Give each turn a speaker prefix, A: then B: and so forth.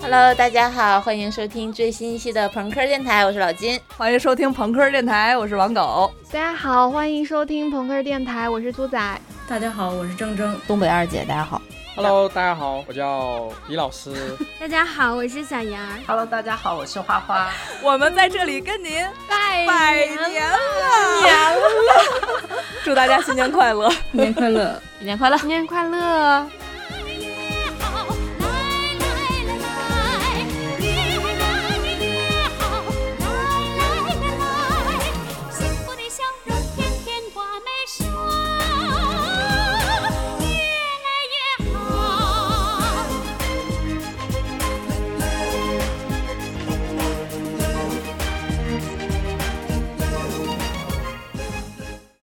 A: Hello，大家好，欢迎收听最新一期的朋克电台，我是老金。
B: 欢迎收听朋克电台，我是王狗。
C: 大家好，欢迎收听朋克电台，我是猪仔。
D: 大家好，我是铮铮。
A: 东北二姐，大家好。
E: Hello，大家好，我叫李老师。
F: 大家好，我是小杨儿。
G: Hello，大家好，我是花花。
B: 我们在这里跟您
C: 拜
B: 拜年了，年 了，祝大家新年快乐！
D: 新年快乐！
A: 新年快乐！
C: 新年快乐！